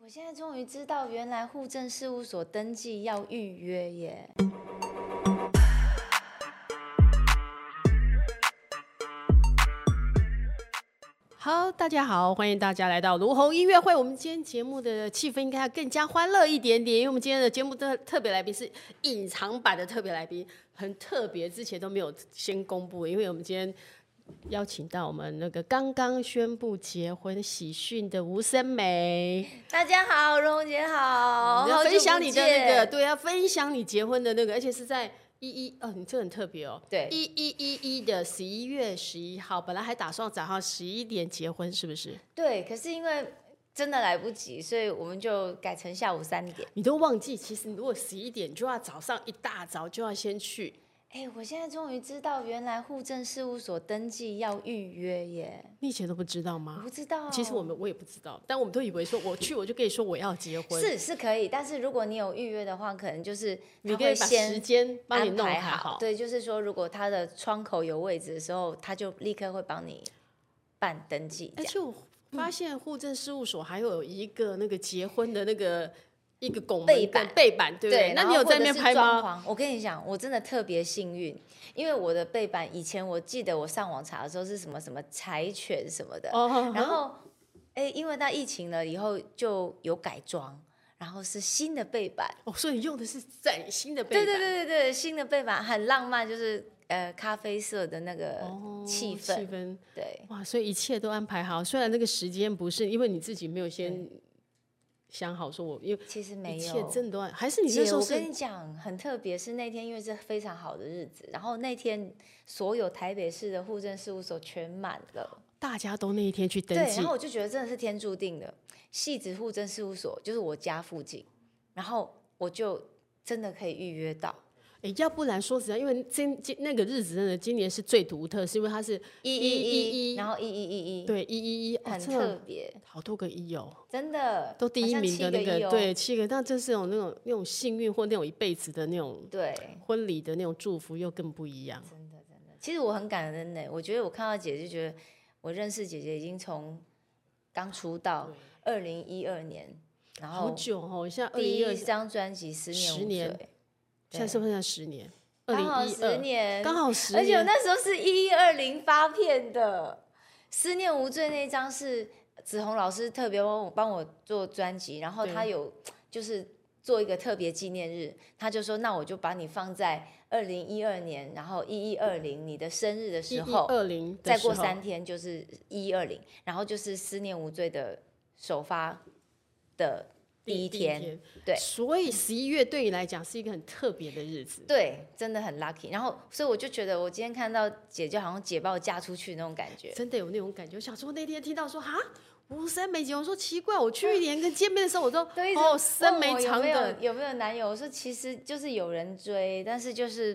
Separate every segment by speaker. Speaker 1: 我现在终于知道，原来户政事务所登记要预约耶。
Speaker 2: 好，大家好，欢迎大家来到卢红音乐会。我们今天节目的气氛应该要更加欢乐一点点，因为我们今天的节目的特别来宾是隐藏版的特别来宾，很特别，之前都没有先公布，因为我们今天邀请到我们那个刚刚宣布结婚喜讯的吴森美，
Speaker 1: 大家好，荣姐好，
Speaker 2: 你要
Speaker 1: 哦好久
Speaker 2: 嗯分
Speaker 1: 不
Speaker 2: 享你的那个，
Speaker 1: 见
Speaker 2: 对啊，分享你结婚的那个，而且是在一一哦，你这很特别哦，
Speaker 1: 对
Speaker 2: 一一一一的十一月十一号，本来还打算早上十一点结婚，是不是？
Speaker 1: 对，可是因为真的来不及，所以我们就改成下午三点。
Speaker 2: 你都忘记，其实你如果十一点就要早上一大早就要先去，
Speaker 1: 哎、我现在终于知道，原来户政事务所登记要预约耶，
Speaker 2: 你以前都不知道
Speaker 1: 我
Speaker 2: 吗
Speaker 1: 不？知道。
Speaker 2: 其实我们我也不知道，但我们都以为说我去我就跟你说我要结婚，
Speaker 1: 是是可以，但是如果你有预约的话，可能就是
Speaker 2: 你
Speaker 1: 他
Speaker 2: 可以
Speaker 1: 会
Speaker 2: 把时
Speaker 1: 先
Speaker 2: 间帮你
Speaker 1: 安
Speaker 2: 弄
Speaker 1: 排
Speaker 2: 还
Speaker 1: 好。对，就是说，如果他的窗口有位置的时候，他就立刻会帮你办登记。这
Speaker 2: 而
Speaker 1: 样
Speaker 2: 且我发现户政事务所还有一个那个结婚的那个一个拱门
Speaker 1: 背
Speaker 2: 跟
Speaker 1: 板
Speaker 2: 背板，对不对？那
Speaker 1: 然
Speaker 2: 你
Speaker 1: 后
Speaker 2: 有
Speaker 1: 或
Speaker 2: 在那
Speaker 1: 者
Speaker 2: 边
Speaker 1: 是
Speaker 2: 拍
Speaker 1: 装
Speaker 2: 吗？
Speaker 1: 潢我跟你讲，我真的特别幸运，因为我的背板以前我记得我上网查的时候是什么什么柴犬什么的，
Speaker 2: 哦
Speaker 1: 然后哎，因为那疫情了以后就有改装，然后是新的背板，
Speaker 2: 哦，所以你用的是崭新的背
Speaker 1: 对
Speaker 2: 板，
Speaker 1: 对对对对，新的背板很浪漫，就是呃咖啡色的那个
Speaker 2: 哦，
Speaker 1: 气
Speaker 2: 氛
Speaker 1: 氛，
Speaker 2: 气氛
Speaker 1: 对。
Speaker 2: 哇，所以一切都安排好，虽然那个时间不是因为你自己没有先想好，说我因为
Speaker 1: 其实没
Speaker 2: 一
Speaker 1: 有，
Speaker 2: 切真的都安还是你那
Speaker 1: 姐，
Speaker 2: 时候
Speaker 1: 我
Speaker 2: 是
Speaker 1: 跟你讲，很特别，是那天因为是非常好的日子，然后那天所有台北市的户政事务所全满了，
Speaker 2: 大家都那一天去登
Speaker 1: 对，
Speaker 2: 记
Speaker 1: 然后，我就觉得真的是天注定的。戏子户政事务所就是我家附近，然后我就真的可以预约到
Speaker 2: 诶要不然说实在，因为今今那个日子真的今年是最独特，是因为它是
Speaker 1: 一
Speaker 2: 一一一
Speaker 1: 然后一一一一，，
Speaker 2: 对一一一，哦
Speaker 1: 很
Speaker 2: 真的
Speaker 1: 特别，
Speaker 2: 好多个一哦，
Speaker 1: 真的
Speaker 2: 都第
Speaker 1: 好
Speaker 2: 一
Speaker 1: 像
Speaker 2: 名
Speaker 1: 七
Speaker 2: 的那
Speaker 1: 一哦
Speaker 2: 对七个，那这是有那种那种幸运或那种一辈子的那种
Speaker 1: 对，
Speaker 2: 婚礼的那种祝福又更不一样。
Speaker 1: 真的真的，其实我很感恩呢、我觉得我看到姐就觉得，我认识姐姐已经从刚出道，二零一二年，然
Speaker 2: 好
Speaker 1: 后
Speaker 2: 久哦，现在二零
Speaker 1: 第
Speaker 2: 一二，
Speaker 1: 一
Speaker 2: 现
Speaker 1: 张专辑《十年
Speaker 2: 十
Speaker 1: 无
Speaker 2: 年
Speaker 1: 罪
Speaker 2: 在是不是在十年？二
Speaker 1: 刚好
Speaker 2: 零一
Speaker 1: 十
Speaker 2: 二，
Speaker 1: 年，
Speaker 2: 刚好十
Speaker 1: 而且我
Speaker 2: 年。
Speaker 1: 那时候是一一二零发片的，《思念无罪》那一张是子红老师特别帮我帮我做专辑，然后
Speaker 2: 对
Speaker 1: 他有就是做一个特别纪念日，他就说那我就把你放在二零一二年，然后一一二零你的生日的时候，
Speaker 2: 二零
Speaker 1: 再过三天就是一二零，然后就是《思念无罪》的首发的第一天，对
Speaker 2: 所以十一月对你来讲是一个很特别的日子。
Speaker 1: 对，真的很 lucky。然后，所以我就觉得我今天看到姐，就好像姐把我嫁出去那种感觉。
Speaker 2: 真的有那种感觉。我想说那天听到说哈吴三梅结婚，我说奇怪，我去年跟见面的时候我都
Speaker 1: 都一直
Speaker 2: 哦深
Speaker 1: 问
Speaker 2: 梅
Speaker 1: 我有
Speaker 2: 长
Speaker 1: 没有
Speaker 2: 的
Speaker 1: 有没有男友？我说其实就是有人追，但是就是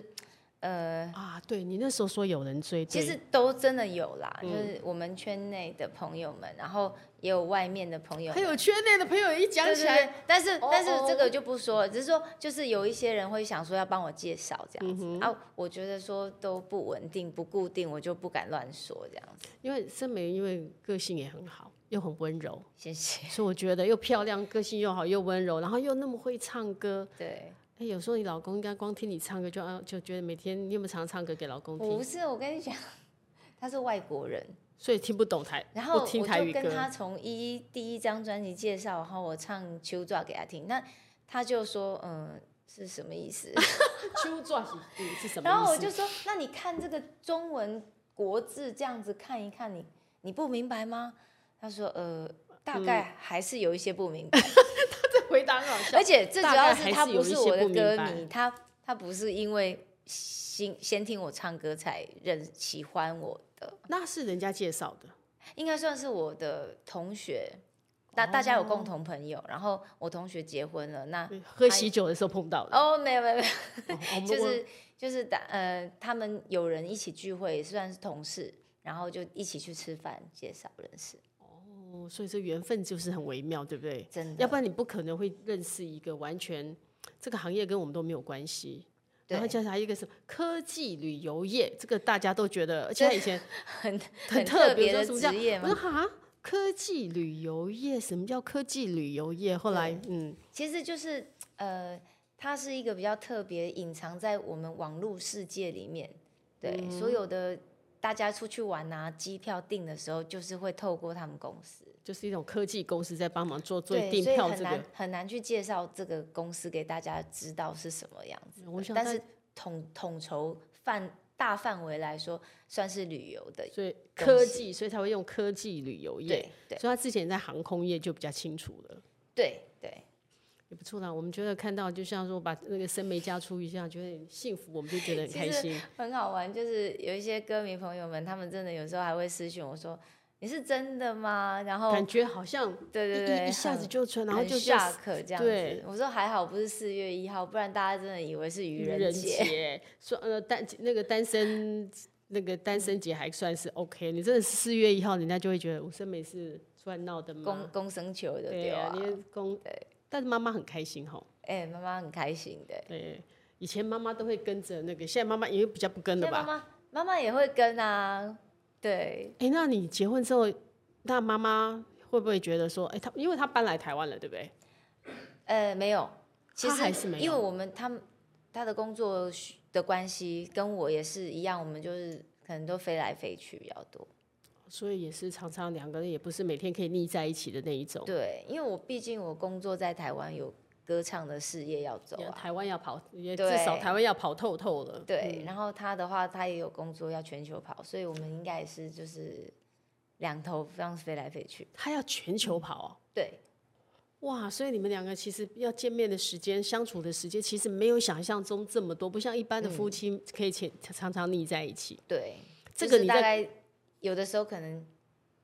Speaker 1: 呃，
Speaker 2: 啊，对你那时候说有人追，
Speaker 1: 其
Speaker 2: 对
Speaker 1: 实都真的有啦，
Speaker 2: 嗯
Speaker 1: 就是我们圈内的朋友们，然后也有外面的朋友
Speaker 2: 还
Speaker 1: 们。
Speaker 2: 有圈内的朋友一讲
Speaker 1: 对
Speaker 2: 起
Speaker 1: 对
Speaker 2: 来，
Speaker 1: 对，但是
Speaker 2: 哦
Speaker 1: 但是
Speaker 2: 哦
Speaker 1: 这个就不说了，只是说就是有一些人会想说要帮我介绍这样子、
Speaker 2: 嗯哼
Speaker 1: 啊，我觉得说都不稳定不固定，我就不敢乱说这样子。
Speaker 2: 因为森梅因为个性也很好，又很温 柔，
Speaker 1: 谢谢。
Speaker 2: 所以我觉得又漂亮，个性又好，又温柔，然后又那么会唱歌。
Speaker 1: 对，
Speaker 2: 哎，有时候你老公应该光听你唱歌就啊就觉得每天你有没有常常唱歌给老公
Speaker 1: 不
Speaker 2: 听，
Speaker 1: 是我跟你讲，他是外国人，
Speaker 2: 所以听不懂台，
Speaker 1: 然后
Speaker 2: 不
Speaker 1: 我
Speaker 2: 听
Speaker 1: 就
Speaker 2: 台语
Speaker 1: 跟他
Speaker 2: 歌。
Speaker 1: 从一第一张专辑介绍，然后我唱《秋爪》给他听，那他就说嗯。是什么意思？
Speaker 2: 秋壮是是 什么意思？
Speaker 1: 然后我就说，那你看这个中文国字这样子看一看你，你不明白吗？他说，呃，大概还是有一些不明白，
Speaker 2: 回答很嗯好笑
Speaker 1: 而。且最主
Speaker 2: 大
Speaker 1: 要
Speaker 2: 概还
Speaker 1: 是
Speaker 2: 是
Speaker 1: 他不
Speaker 2: 有一
Speaker 1: 是
Speaker 2: 些
Speaker 1: 我的
Speaker 2: 不明
Speaker 1: 歌
Speaker 2: 白
Speaker 1: 迷，他他不是因为先先听我唱歌才认喜欢我的，
Speaker 2: 那是人家介绍的。
Speaker 1: 应该算是我的同学，大大家有
Speaker 2: 哦
Speaker 1: 共同朋友，然后我同学结婚了，那
Speaker 2: 对喝喜酒的时候碰到 的，
Speaker 1: 哦没有没有没
Speaker 2: 哦我
Speaker 1: 有，
Speaker 2: 们
Speaker 1: 就是就是打呃他们有人一起聚会，虽然是同事，然后就一起去吃饭，介绍认识，
Speaker 2: 我哦，所以这缘分就是很微妙，对不对？
Speaker 1: 真的，
Speaker 2: 要不然你不可能会认识一个完全这个行业跟我们都没有关系。然后
Speaker 1: 对
Speaker 2: 加上还有一个是科技旅游业，这个大家都觉得，而且他以前
Speaker 1: 很
Speaker 2: 很
Speaker 1: 特别
Speaker 2: 别，说
Speaker 1: 的
Speaker 2: 什么叫
Speaker 1: 职业
Speaker 2: 我
Speaker 1: 嘛
Speaker 2: 说，哈，科技旅游业，什么叫科技旅游业？后来，嗯，
Speaker 1: 其实就是呃，它是一个比较特别，隐藏在我们网络世界里面。对，
Speaker 2: 嗯
Speaker 1: 所有的大家出去玩啊，机票订的时候，就是会透过他们公司。
Speaker 2: 就是一种科技公司在帮忙做做
Speaker 1: 对，
Speaker 2: 订
Speaker 1: 所以
Speaker 2: 票
Speaker 1: 很
Speaker 2: 这
Speaker 1: 难
Speaker 2: 个。
Speaker 1: 很难去介绍这个公司给大家知道是什么样子的。
Speaker 2: 我想
Speaker 1: 但
Speaker 2: 大
Speaker 1: 是统统筹范大范围来说，算是旅游的。
Speaker 2: 所以
Speaker 1: 东
Speaker 2: 科
Speaker 1: 西
Speaker 2: 技，所以才会用科技旅游业
Speaker 1: 对。对
Speaker 2: 所以他之前在航空业就比较清楚了，
Speaker 1: 对对，
Speaker 2: 也不错啦。我们觉得看到，就像说把那个生梅加出一下，觉得幸福，我们就觉得很开心。
Speaker 1: 很好玩，就是有一些歌迷朋友们，他们真的有时候还会私讯我说：“你是真的吗？”然后
Speaker 2: 感觉好像
Speaker 1: 哦对
Speaker 2: 一
Speaker 1: 对
Speaker 2: 一
Speaker 1: 对，
Speaker 2: 一下子
Speaker 1: 很
Speaker 2: 就穿，然后
Speaker 1: 很
Speaker 2: 就像
Speaker 1: shock 这样
Speaker 2: 对
Speaker 1: 子。我说还好不是四月一号，不然大家真的以为是愚人节。
Speaker 2: 节，说呃单那个单身那个单身节还算是 OK，你真的是四月一号，人家就会觉得吴森美是出来闹的
Speaker 1: 公
Speaker 2: 吗？
Speaker 1: 公生球的
Speaker 2: 对
Speaker 1: 对啊
Speaker 2: 啊，，你公，但是妈妈很开心吼。
Speaker 1: 哎、妈妈很开心的。
Speaker 2: 对，以前妈妈都会跟着那个，现在妈妈也比较不跟了
Speaker 1: 对，妈
Speaker 2: 吧？
Speaker 1: 妈妈妈也会跟啊，对，
Speaker 2: 哎，那你结婚之后，那妈妈会不会觉得说，哎，她因为她搬来台湾了，对不对？
Speaker 1: 呃，没有，其
Speaker 2: 她
Speaker 1: 实
Speaker 2: 还是没有
Speaker 1: 因为我们他们他的工作需的关系跟我也是一样，我们就是可能都飞来飞去比较多。
Speaker 2: 所以也是常常两个人也不是每天可以腻在一起的那一种。
Speaker 1: 对，因为我毕竟我工作在台湾有歌唱的事业要走啊，
Speaker 2: 台湾要跑，也至
Speaker 1: 对
Speaker 2: 少台湾要跑透透了。
Speaker 1: 对，然后他的话他也有工作要全球跑，所以我们应该也是就是两头这样飞来飞去。
Speaker 2: 他要全球跑、哦。
Speaker 1: 对，
Speaker 2: 哇，所以你们两个其实要见面的时间、相处的时间，其实没有想象中这么多，不像一般的
Speaker 1: 嗯
Speaker 2: 夫妻可以前常常腻在一起。
Speaker 1: 对，
Speaker 2: 这
Speaker 1: 就
Speaker 2: 个
Speaker 1: 是
Speaker 2: 你
Speaker 1: 大
Speaker 2: 在
Speaker 1: 概有的时候可能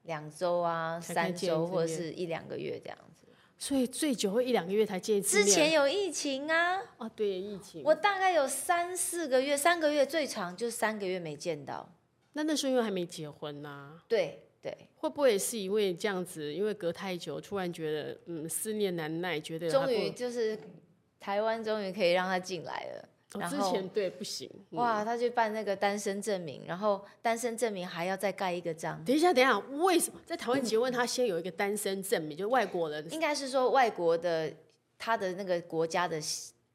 Speaker 1: 两周啊、
Speaker 2: 才可以
Speaker 1: 三
Speaker 2: 见一次
Speaker 1: 周或者
Speaker 2: 面
Speaker 1: 是一两个月这样子。
Speaker 2: 所以最久会一两个月才见一次
Speaker 1: 之
Speaker 2: 面。
Speaker 1: 前有疫情啊，
Speaker 2: 啊，对疫情，
Speaker 1: 我大概有三四个月，三个月最长就三个月没见到。
Speaker 2: 那那时候因为还没结婚呐、
Speaker 1: 对对，
Speaker 2: 会不会也是因为这样子，因为隔太久，突然觉得嗯思念难耐，觉得
Speaker 1: 终
Speaker 2: 还
Speaker 1: 于
Speaker 2: 啊不
Speaker 1: 就是台湾终于可以让他进来了。
Speaker 2: 哦
Speaker 1: 然
Speaker 2: 之
Speaker 1: 后
Speaker 2: 前对不行。嗯
Speaker 1: 哇，他去办那个单身证明，然后单身证明还要再盖一个章，
Speaker 2: 等一下，等一下，为什么在台湾结婚，他先有一个单身证明，就是外国人
Speaker 1: 应该是说外国的他的那个国家的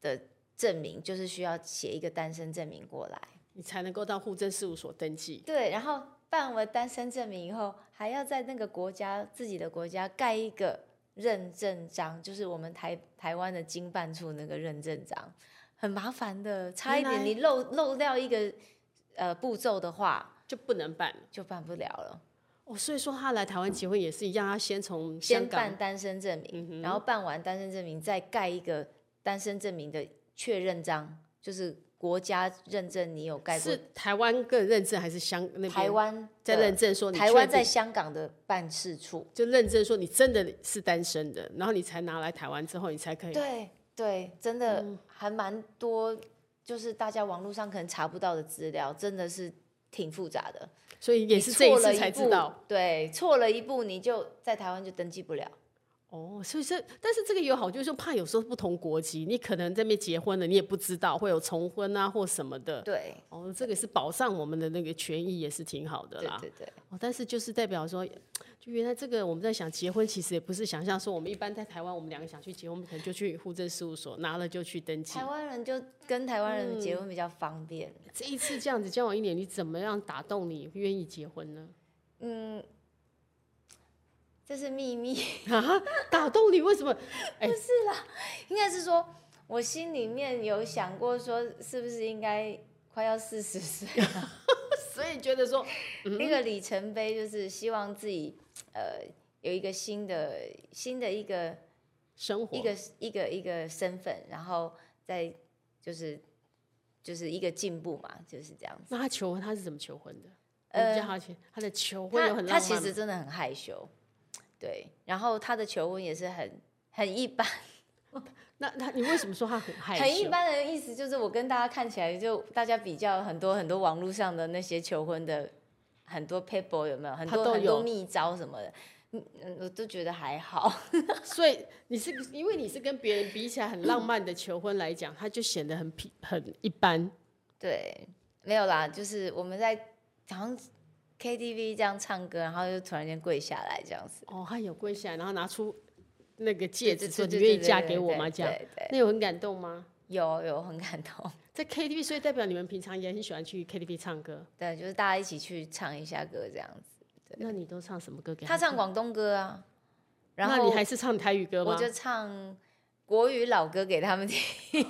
Speaker 1: 的证明，就是需要写一个单身证明过来。
Speaker 2: 你才能够到户政事务所登记。
Speaker 1: 对，然后办完单身证明以后，还要在那个国家自己的国家盖一个认证章，就是我们台台湾的经办处那个认证章，很麻烦的，差一
Speaker 2: 原
Speaker 1: 点
Speaker 2: 来
Speaker 1: 你漏漏掉一个呃步骤的话，
Speaker 2: 就不能办了。
Speaker 1: 就办不了了。
Speaker 2: 哦，所以说他来台湾结婚也是一样，他先从香
Speaker 1: 先
Speaker 2: 港嗯
Speaker 1: 办单身证明，然后办完单身证明再盖一个单身证明的确认章，就是国家认证你有盖过
Speaker 2: 是台湾更认证还是香那边
Speaker 1: 台湾
Speaker 2: 在
Speaker 1: 的
Speaker 2: 认证说你
Speaker 1: 台湾
Speaker 2: 确
Speaker 1: 在
Speaker 2: 定
Speaker 1: 香港的办事处。
Speaker 2: 就认证说你真的是单身的，然后你才拿来台湾之后你才可以。
Speaker 1: 对对，真的
Speaker 2: 嗯
Speaker 1: 还蛮多，就是大家网络上可能查不到的资料，真的是挺复杂的。
Speaker 2: 所以也
Speaker 1: 你
Speaker 2: 是这
Speaker 1: 错
Speaker 2: 次
Speaker 1: 了一
Speaker 2: 才知
Speaker 1: 步
Speaker 2: 道。，
Speaker 1: 对，错了一步你就在台湾就登记不了。
Speaker 2: 哦，所以这但是这个有好，就是说怕有时候不同国籍，你可能在那边结婚了，你也不知道会有重婚啊或什么的。
Speaker 1: 对，
Speaker 2: 哦，这个是保障我们的那个权益，也是挺好的
Speaker 1: 对
Speaker 2: 啦。
Speaker 1: 对对，
Speaker 2: 哦，但是就是代表说，就原来这个我们在想结婚，其实也不是想象说我们一般在台湾，我们两个想去结婚，我们可能就去户政事务所拿了就去登记
Speaker 1: 台。湾人就跟台湾人
Speaker 2: 嗯
Speaker 1: 结婚比较方便。
Speaker 2: 这一次这样子交往一年，你怎么样打动你愿意结婚呢？
Speaker 1: 嗯，这是秘密，
Speaker 2: 啊，打动你为什么？
Speaker 1: 应该是说我心里面有想过说，是不是应该快要四十岁
Speaker 2: 所以觉得说，嗯
Speaker 1: 一个里程碑，就是希望自己呃有一个新的新的一个
Speaker 2: 生活
Speaker 1: 一个一个一个身份，然后再就是就是一个进步嘛，就是这样子。
Speaker 2: 那他求婚他是怎么求婚的？
Speaker 1: 呃
Speaker 2: 我比较好奇，他的求嗯婚有
Speaker 1: 他
Speaker 2: 很
Speaker 1: 他
Speaker 2: 浪
Speaker 1: 其
Speaker 2: 漫
Speaker 1: 实
Speaker 2: 吗。
Speaker 1: 真的很害羞，对，然后他的求婚也是很很一般，
Speaker 2: 那那你为什么说他很害羞？
Speaker 1: 很一般的意思就是我跟大家看起来就大家比较很多很多网络上的那些求婚的很多 paper 有没有很
Speaker 2: 他都
Speaker 1: 多很多
Speaker 2: 有
Speaker 1: 秘招什么的，嗯嗯，我都觉得还好。
Speaker 2: 所以你是因为你是跟别人比起来很浪漫的求婚来讲，他就显得很平很一般。
Speaker 1: 对，没有啦，就是我们在好像 KTV 这样唱歌，然后就突然间跪下来这样子。
Speaker 2: 哦，他有跪下来，然后拿出那个戒指
Speaker 1: 对
Speaker 2: 说：“你
Speaker 1: 对对
Speaker 2: 愿意
Speaker 1: 对
Speaker 2: 嫁
Speaker 1: 对
Speaker 2: 给我
Speaker 1: 对
Speaker 2: 吗？”这样
Speaker 1: 对，对
Speaker 2: 那有很感动吗？
Speaker 1: 有有很感动。
Speaker 2: 在 KTV，所以代表你们平常也很喜欢去 KTV 唱歌。
Speaker 1: 对，就是大家一起去唱一下歌这样子。
Speaker 2: 那你都唱什么歌给
Speaker 1: 他
Speaker 2: 听
Speaker 1: 唱，广东歌啊，然
Speaker 2: 那
Speaker 1: 后
Speaker 2: 你还是唱台语歌吗？
Speaker 1: 我就唱国语老歌给他们听。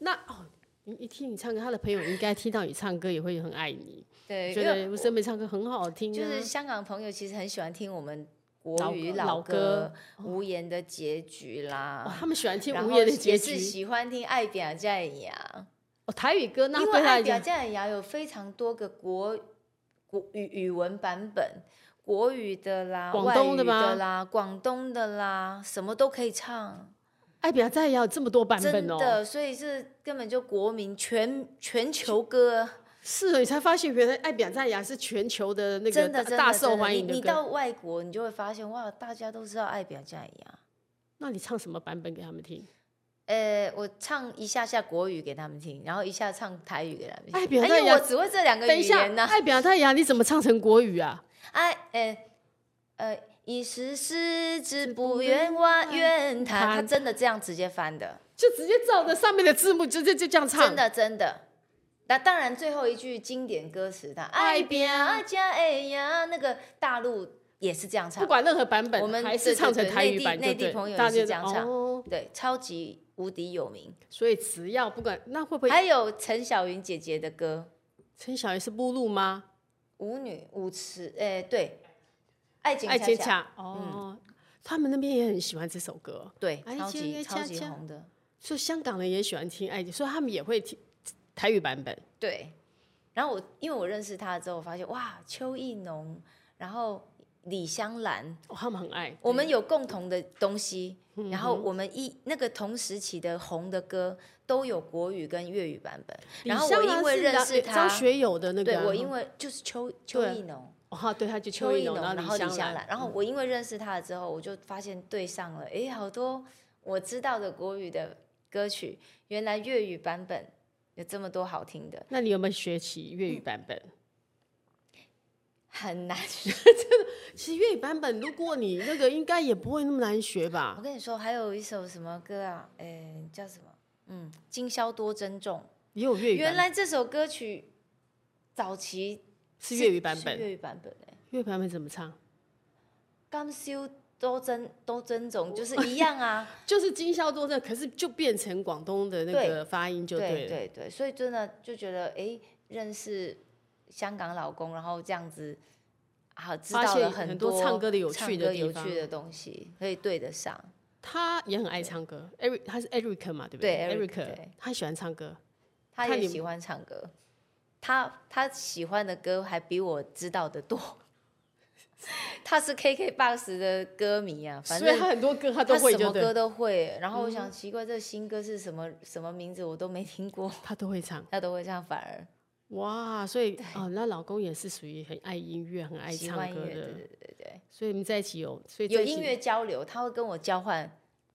Speaker 2: 那哦，你一听你唱歌，他的朋友应该听到你唱歌也会很爱你，
Speaker 1: 对，
Speaker 2: 觉
Speaker 1: 因为
Speaker 2: 得吴森美唱歌很好听、啊。
Speaker 1: 就是香港朋友其实很喜欢听我们国
Speaker 2: 老
Speaker 1: 语
Speaker 2: 歌
Speaker 1: 老
Speaker 2: 老歌
Speaker 1: 无言的结局》
Speaker 2: 哦，
Speaker 1: 啦。
Speaker 2: 他们喜欢听
Speaker 1: 然
Speaker 2: 吴
Speaker 1: 后
Speaker 2: 越的
Speaker 1: 也
Speaker 2: 结
Speaker 1: 是
Speaker 2: 局。
Speaker 1: 喜欢听《爱表加演牙
Speaker 2: 哦，台语歌》，那
Speaker 1: 因为
Speaker 2: 对
Speaker 1: 《
Speaker 2: 他
Speaker 1: 爱
Speaker 2: 来
Speaker 1: 表
Speaker 2: 讲，
Speaker 1: 加演牙有非常多个国国语语文版本，国语的啦、
Speaker 2: 广
Speaker 1: 外
Speaker 2: 东的
Speaker 1: 语
Speaker 2: 吗
Speaker 1: 啦、广东的啦，什么都可以唱。
Speaker 2: 爱表再也要有这么多版
Speaker 1: 真
Speaker 2: 本哦。
Speaker 1: 的，所以是根本就国民全全球歌，
Speaker 2: 是哦，你才发现原来《爱表再也》是全球的那个
Speaker 1: 真
Speaker 2: 大
Speaker 1: 的真的
Speaker 2: 大
Speaker 1: 真
Speaker 2: 受
Speaker 1: 的
Speaker 2: 欢迎
Speaker 1: 你
Speaker 2: 的
Speaker 1: 你
Speaker 2: 歌。
Speaker 1: 到外国，你就会发现哇，大家都知道爱表加一样。
Speaker 2: 那你唱什么版本给他们听？
Speaker 1: 呃，我唱一下下国语给他们听，然后一下唱台语给他们听。
Speaker 2: 哎表
Speaker 1: 因
Speaker 2: 加
Speaker 1: 为
Speaker 2: 雅
Speaker 1: 我只会这两个
Speaker 2: 等
Speaker 1: 语
Speaker 2: 一下，
Speaker 1: 言呢、啊
Speaker 2: 《爱表再也》你怎么唱成国语啊？
Speaker 1: 哎，呃，呃，一时失之不愿哇怨他，他
Speaker 2: 叹
Speaker 1: 真的这样直接翻的，
Speaker 2: 就直接照着上面的字幕，就就就这样唱。
Speaker 1: 真的真的。那当然，最后一句经典歌词的“爱表加哎呀”，那个大陆也是这样唱
Speaker 2: 不。管任何版本，
Speaker 1: 我们
Speaker 2: 还是唱成台语版就
Speaker 1: 对对对内
Speaker 2: 对，
Speaker 1: 地内地朋友
Speaker 2: 大
Speaker 1: 也是
Speaker 2: 家
Speaker 1: 这样唱
Speaker 2: 哦。
Speaker 1: 对，超级无敌有名。
Speaker 2: 所以只要不管，那会不会
Speaker 1: 还有陈小云姐姐的歌
Speaker 2: 陈小云是目录吗？
Speaker 1: 《舞女舞池》，哎，对，《爱情
Speaker 2: 爱
Speaker 1: 恰嗯
Speaker 2: 接
Speaker 1: 恰》
Speaker 2: 洽哦，他们那边也很喜欢这首歌，
Speaker 1: 对，
Speaker 2: 爱
Speaker 1: 超级
Speaker 2: 情恰
Speaker 1: 超级
Speaker 2: 恰
Speaker 1: 红的，
Speaker 2: 所以香港人也喜欢听爱情，所以他们也会听台语版本。
Speaker 1: 对。然后我因为我认识她之后，我发现哇，邱意浓，然后李香兰，
Speaker 2: 哦，他们很爱。
Speaker 1: 我们有共同的东西，
Speaker 2: 嗯
Speaker 1: 然后我们一那个同时期的红的歌都有国语跟粤语版本。
Speaker 2: 对
Speaker 1: 然后
Speaker 2: 李
Speaker 1: 我
Speaker 2: 香兰
Speaker 1: 因为
Speaker 2: 是
Speaker 1: 认
Speaker 2: 张
Speaker 1: 识她
Speaker 2: 张，学友的那个
Speaker 1: 对
Speaker 2: 啊，
Speaker 1: 我因为就是邱邱
Speaker 2: 对
Speaker 1: 意浓。
Speaker 2: 哦，对，他就
Speaker 1: 邱
Speaker 2: 邱
Speaker 1: 意
Speaker 2: 意
Speaker 1: 浓，
Speaker 2: 浓，
Speaker 1: 然后
Speaker 2: 后
Speaker 1: 李
Speaker 2: 李啊
Speaker 1: 香
Speaker 2: 香
Speaker 1: 兰
Speaker 2: 兰，，嗯
Speaker 1: 然后我因为认识他了之后，我就发现对上了，诶，好多我知道的国语的歌曲，原来粤语版本有这么多好听的，
Speaker 2: 那你有没有学起粤
Speaker 1: 嗯
Speaker 2: 语版本？
Speaker 1: 很难 学。
Speaker 2: 其实粤语版本，如果你那个应该也不会那么难学吧
Speaker 1: 我？跟你说，还有一首什么歌啊？诶，叫什么？嗯，今宵多珍重。
Speaker 2: 也有粤语版
Speaker 1: 原
Speaker 2: 本，
Speaker 1: 来这首歌曲早期
Speaker 2: 是粤语版
Speaker 1: 是
Speaker 2: 本。
Speaker 1: 粤语版本诶，欸
Speaker 2: 粤语版本怎么唱？
Speaker 1: 今宵多珍多珍
Speaker 2: 哦
Speaker 1: 重，就是一样啊。
Speaker 2: 就是今宵多珍，可是就变成广东的那个发音 就
Speaker 1: 对
Speaker 2: 了。
Speaker 1: 对对，所以真的就觉得，哎，认识香港老公，然后这样子，好、知
Speaker 2: 发
Speaker 1: 道了
Speaker 2: 现很
Speaker 1: 多
Speaker 2: 多唱歌的有
Speaker 1: 唱
Speaker 2: 趣的
Speaker 1: 歌
Speaker 2: 地
Speaker 1: 有
Speaker 2: 方
Speaker 1: 趣的东西，可以对得上。
Speaker 2: 他也很爱唱歌，Eric 他是 Eric 嘛，对不
Speaker 1: 对，Eric，
Speaker 2: ，Eric
Speaker 1: 对
Speaker 2: 他喜欢唱歌，
Speaker 1: 他
Speaker 2: 看
Speaker 1: 也
Speaker 2: 你
Speaker 1: 喜欢唱歌，他他喜欢的歌还比我知道的多。 他是 KKBOX 的歌迷啊，反
Speaker 2: 所以
Speaker 1: 正
Speaker 2: 他很多歌他
Speaker 1: 他
Speaker 2: 都会，
Speaker 1: 什
Speaker 2: 就
Speaker 1: 么歌
Speaker 2: 对，嗯
Speaker 1: 都会。然后我想，奇怪，这新歌是什么什么名字我都没听过，
Speaker 2: 他都会唱。
Speaker 1: 他都会唱，反而
Speaker 2: 哇，所以哦，那老公也是属于很爱音乐、很爱
Speaker 1: 喜
Speaker 2: 唱
Speaker 1: 欢音
Speaker 2: 歌
Speaker 1: 乐，对
Speaker 2: 的
Speaker 1: 对，对对对。
Speaker 2: 所以你们在一起有，所以
Speaker 1: 有
Speaker 2: 在一起
Speaker 1: 音。乐交流，他会跟我交换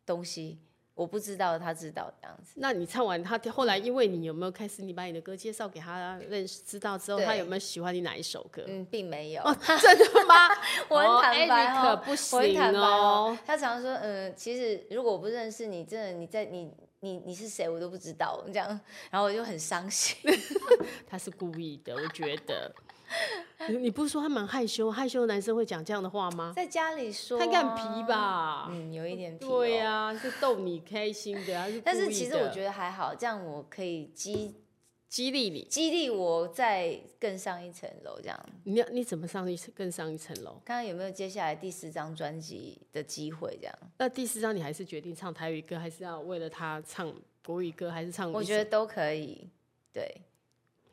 Speaker 1: 东西，我不知道他知道这样子。
Speaker 2: 那你唱完他后来，因为你有没有开始你把你的歌介绍给他认识知道之后，
Speaker 1: 对
Speaker 2: 他有没有喜欢你哪一首歌？
Speaker 1: 嗯，并没有，
Speaker 2: 哦真的吗？
Speaker 1: 我
Speaker 2: 哦
Speaker 1: 很坦白哦，
Speaker 2: Eric 不
Speaker 1: 我很
Speaker 2: 行
Speaker 1: 坦白
Speaker 2: 哦
Speaker 1: 哦。。他常说，嗯，其实如果我不认识你，真的你在你你你是谁，我都不知道这样，然后我就很伤 心。
Speaker 2: 他是故意的，我觉得。 你你不是说他蛮害羞？害羞的男生会讲这样的话吗？
Speaker 1: 在家里说、
Speaker 2: 他应该很皮？吧？
Speaker 1: 嗯，有一点皮、
Speaker 2: 对、呀、是逗你开心的，啊他是
Speaker 1: 但是其实我觉
Speaker 2: 得
Speaker 1: 得还好，这样我可以激
Speaker 2: 激励你，
Speaker 1: 激励我再更上一层楼这样。
Speaker 2: 你要你怎么上一层更上一层楼？
Speaker 1: 看看有没有接下来第四张专辑的机会这样。
Speaker 2: 那第四章你还是决定唱台语歌，还是要为了他唱国语歌，还是唱？
Speaker 1: 我觉得，都可以。对，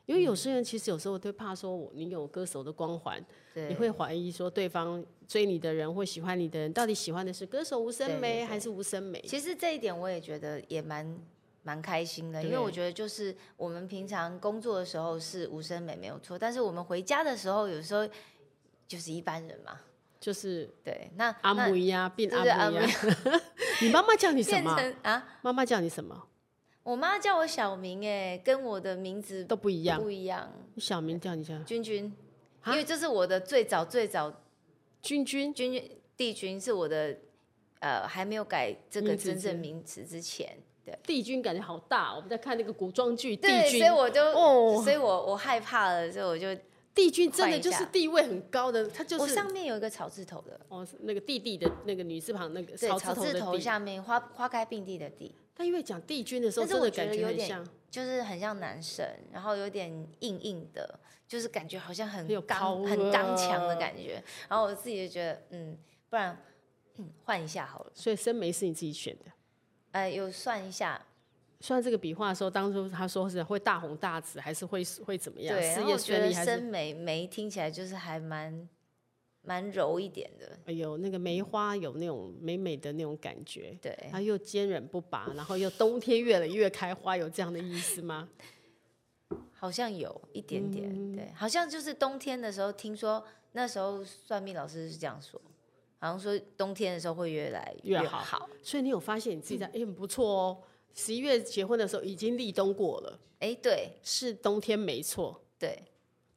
Speaker 2: 因为有些人其实有时候都会怕说我，你有歌手的光环，
Speaker 1: 对
Speaker 2: 你会怀疑说对方追你的人或喜欢你的人，到底喜欢的是歌手吴
Speaker 1: 对
Speaker 2: 声
Speaker 1: 对
Speaker 2: 梅
Speaker 1: 对
Speaker 2: 还是吴声梅？
Speaker 1: 其实这一点我也觉得也蛮蛮开心的，因为
Speaker 2: 对
Speaker 1: 我觉得就是我们平常工作的时候是无声美没有错，但是我们回家的时候有时候就是一般人嘛。
Speaker 2: 就是
Speaker 1: 对，那
Speaker 2: 阿
Speaker 1: 那
Speaker 2: 姆呀，变
Speaker 1: 就是
Speaker 2: 阿
Speaker 1: 阿
Speaker 2: 姆
Speaker 1: 姆
Speaker 2: 呀。 你妈妈叫你什
Speaker 1: 变
Speaker 2: 么？
Speaker 1: 成啊，
Speaker 2: 妈妈叫你什么
Speaker 1: 我妈叫我小名哎、跟我的名字
Speaker 2: 都不一样
Speaker 1: 不。一样。
Speaker 2: 小明叫你叫
Speaker 1: 君君，因为这是我的最早最早
Speaker 2: 君君
Speaker 1: 君君帝君是我的呃还没有改这个
Speaker 2: 名字
Speaker 1: 真正
Speaker 2: 之
Speaker 1: 名词之前，对
Speaker 2: 帝君感觉好大，哦我们在看那个古装剧，帝
Speaker 1: 对，所
Speaker 2: 君
Speaker 1: 以我就、
Speaker 2: 哦
Speaker 1: 所以我我害怕了，所以我就、
Speaker 2: 帝君真的就
Speaker 1: 换
Speaker 2: 是
Speaker 1: 一下
Speaker 2: 地位很高的，他就
Speaker 1: 我
Speaker 2: 是
Speaker 1: 上面有一个草字头的，
Speaker 2: 哦那个弟弟的那个女字旁那个
Speaker 1: 对，
Speaker 2: 草
Speaker 1: 草
Speaker 2: 字
Speaker 1: 字
Speaker 2: 头
Speaker 1: 头
Speaker 2: 的弟，
Speaker 1: 下面花花开并蒂的蒂，
Speaker 2: 但因为讲帝君的时候，
Speaker 1: 但是
Speaker 2: 真的
Speaker 1: 我觉得
Speaker 2: 感觉
Speaker 1: 有
Speaker 2: 很
Speaker 1: 点
Speaker 2: 像，
Speaker 1: 就是很像男神，然后有点硬硬的，就是感觉好像很
Speaker 2: 很有
Speaker 1: 刚
Speaker 2: power 啊
Speaker 1: 很刚强的感觉。然后我自己就觉得，嗯，不然嗯换一下好了。
Speaker 2: 所以生梅是你自己选的。
Speaker 1: 呃，有算一下，
Speaker 2: 算这个笔画的时候，当初他说是会大红大紫，还是会会怎么样？
Speaker 1: 对，
Speaker 2: 事
Speaker 1: 然后
Speaker 2: 业
Speaker 1: 我觉
Speaker 2: 顺
Speaker 1: 得
Speaker 2: 利还
Speaker 1: 生
Speaker 2: 是？
Speaker 1: 梅梅听起来就是还蛮蛮柔一点的，
Speaker 2: 哎呦，那个梅花有那种美美的那种感觉，
Speaker 1: 对，
Speaker 2: 它又坚韧不拔，然后又冬天越冷越开花，有这样的意思吗？
Speaker 1: 好像有一点点，
Speaker 2: 嗯
Speaker 1: 对，好像就是冬天的时候，听说那时候算命老师是这样说，好像说冬天的时候会越来
Speaker 2: 越
Speaker 1: 好，
Speaker 2: 好所以你有发现你自己在，哎、很不错哦。十一月结婚的时候已经立冬过了，
Speaker 1: 哎，对
Speaker 2: 是冬天没错，
Speaker 1: 对，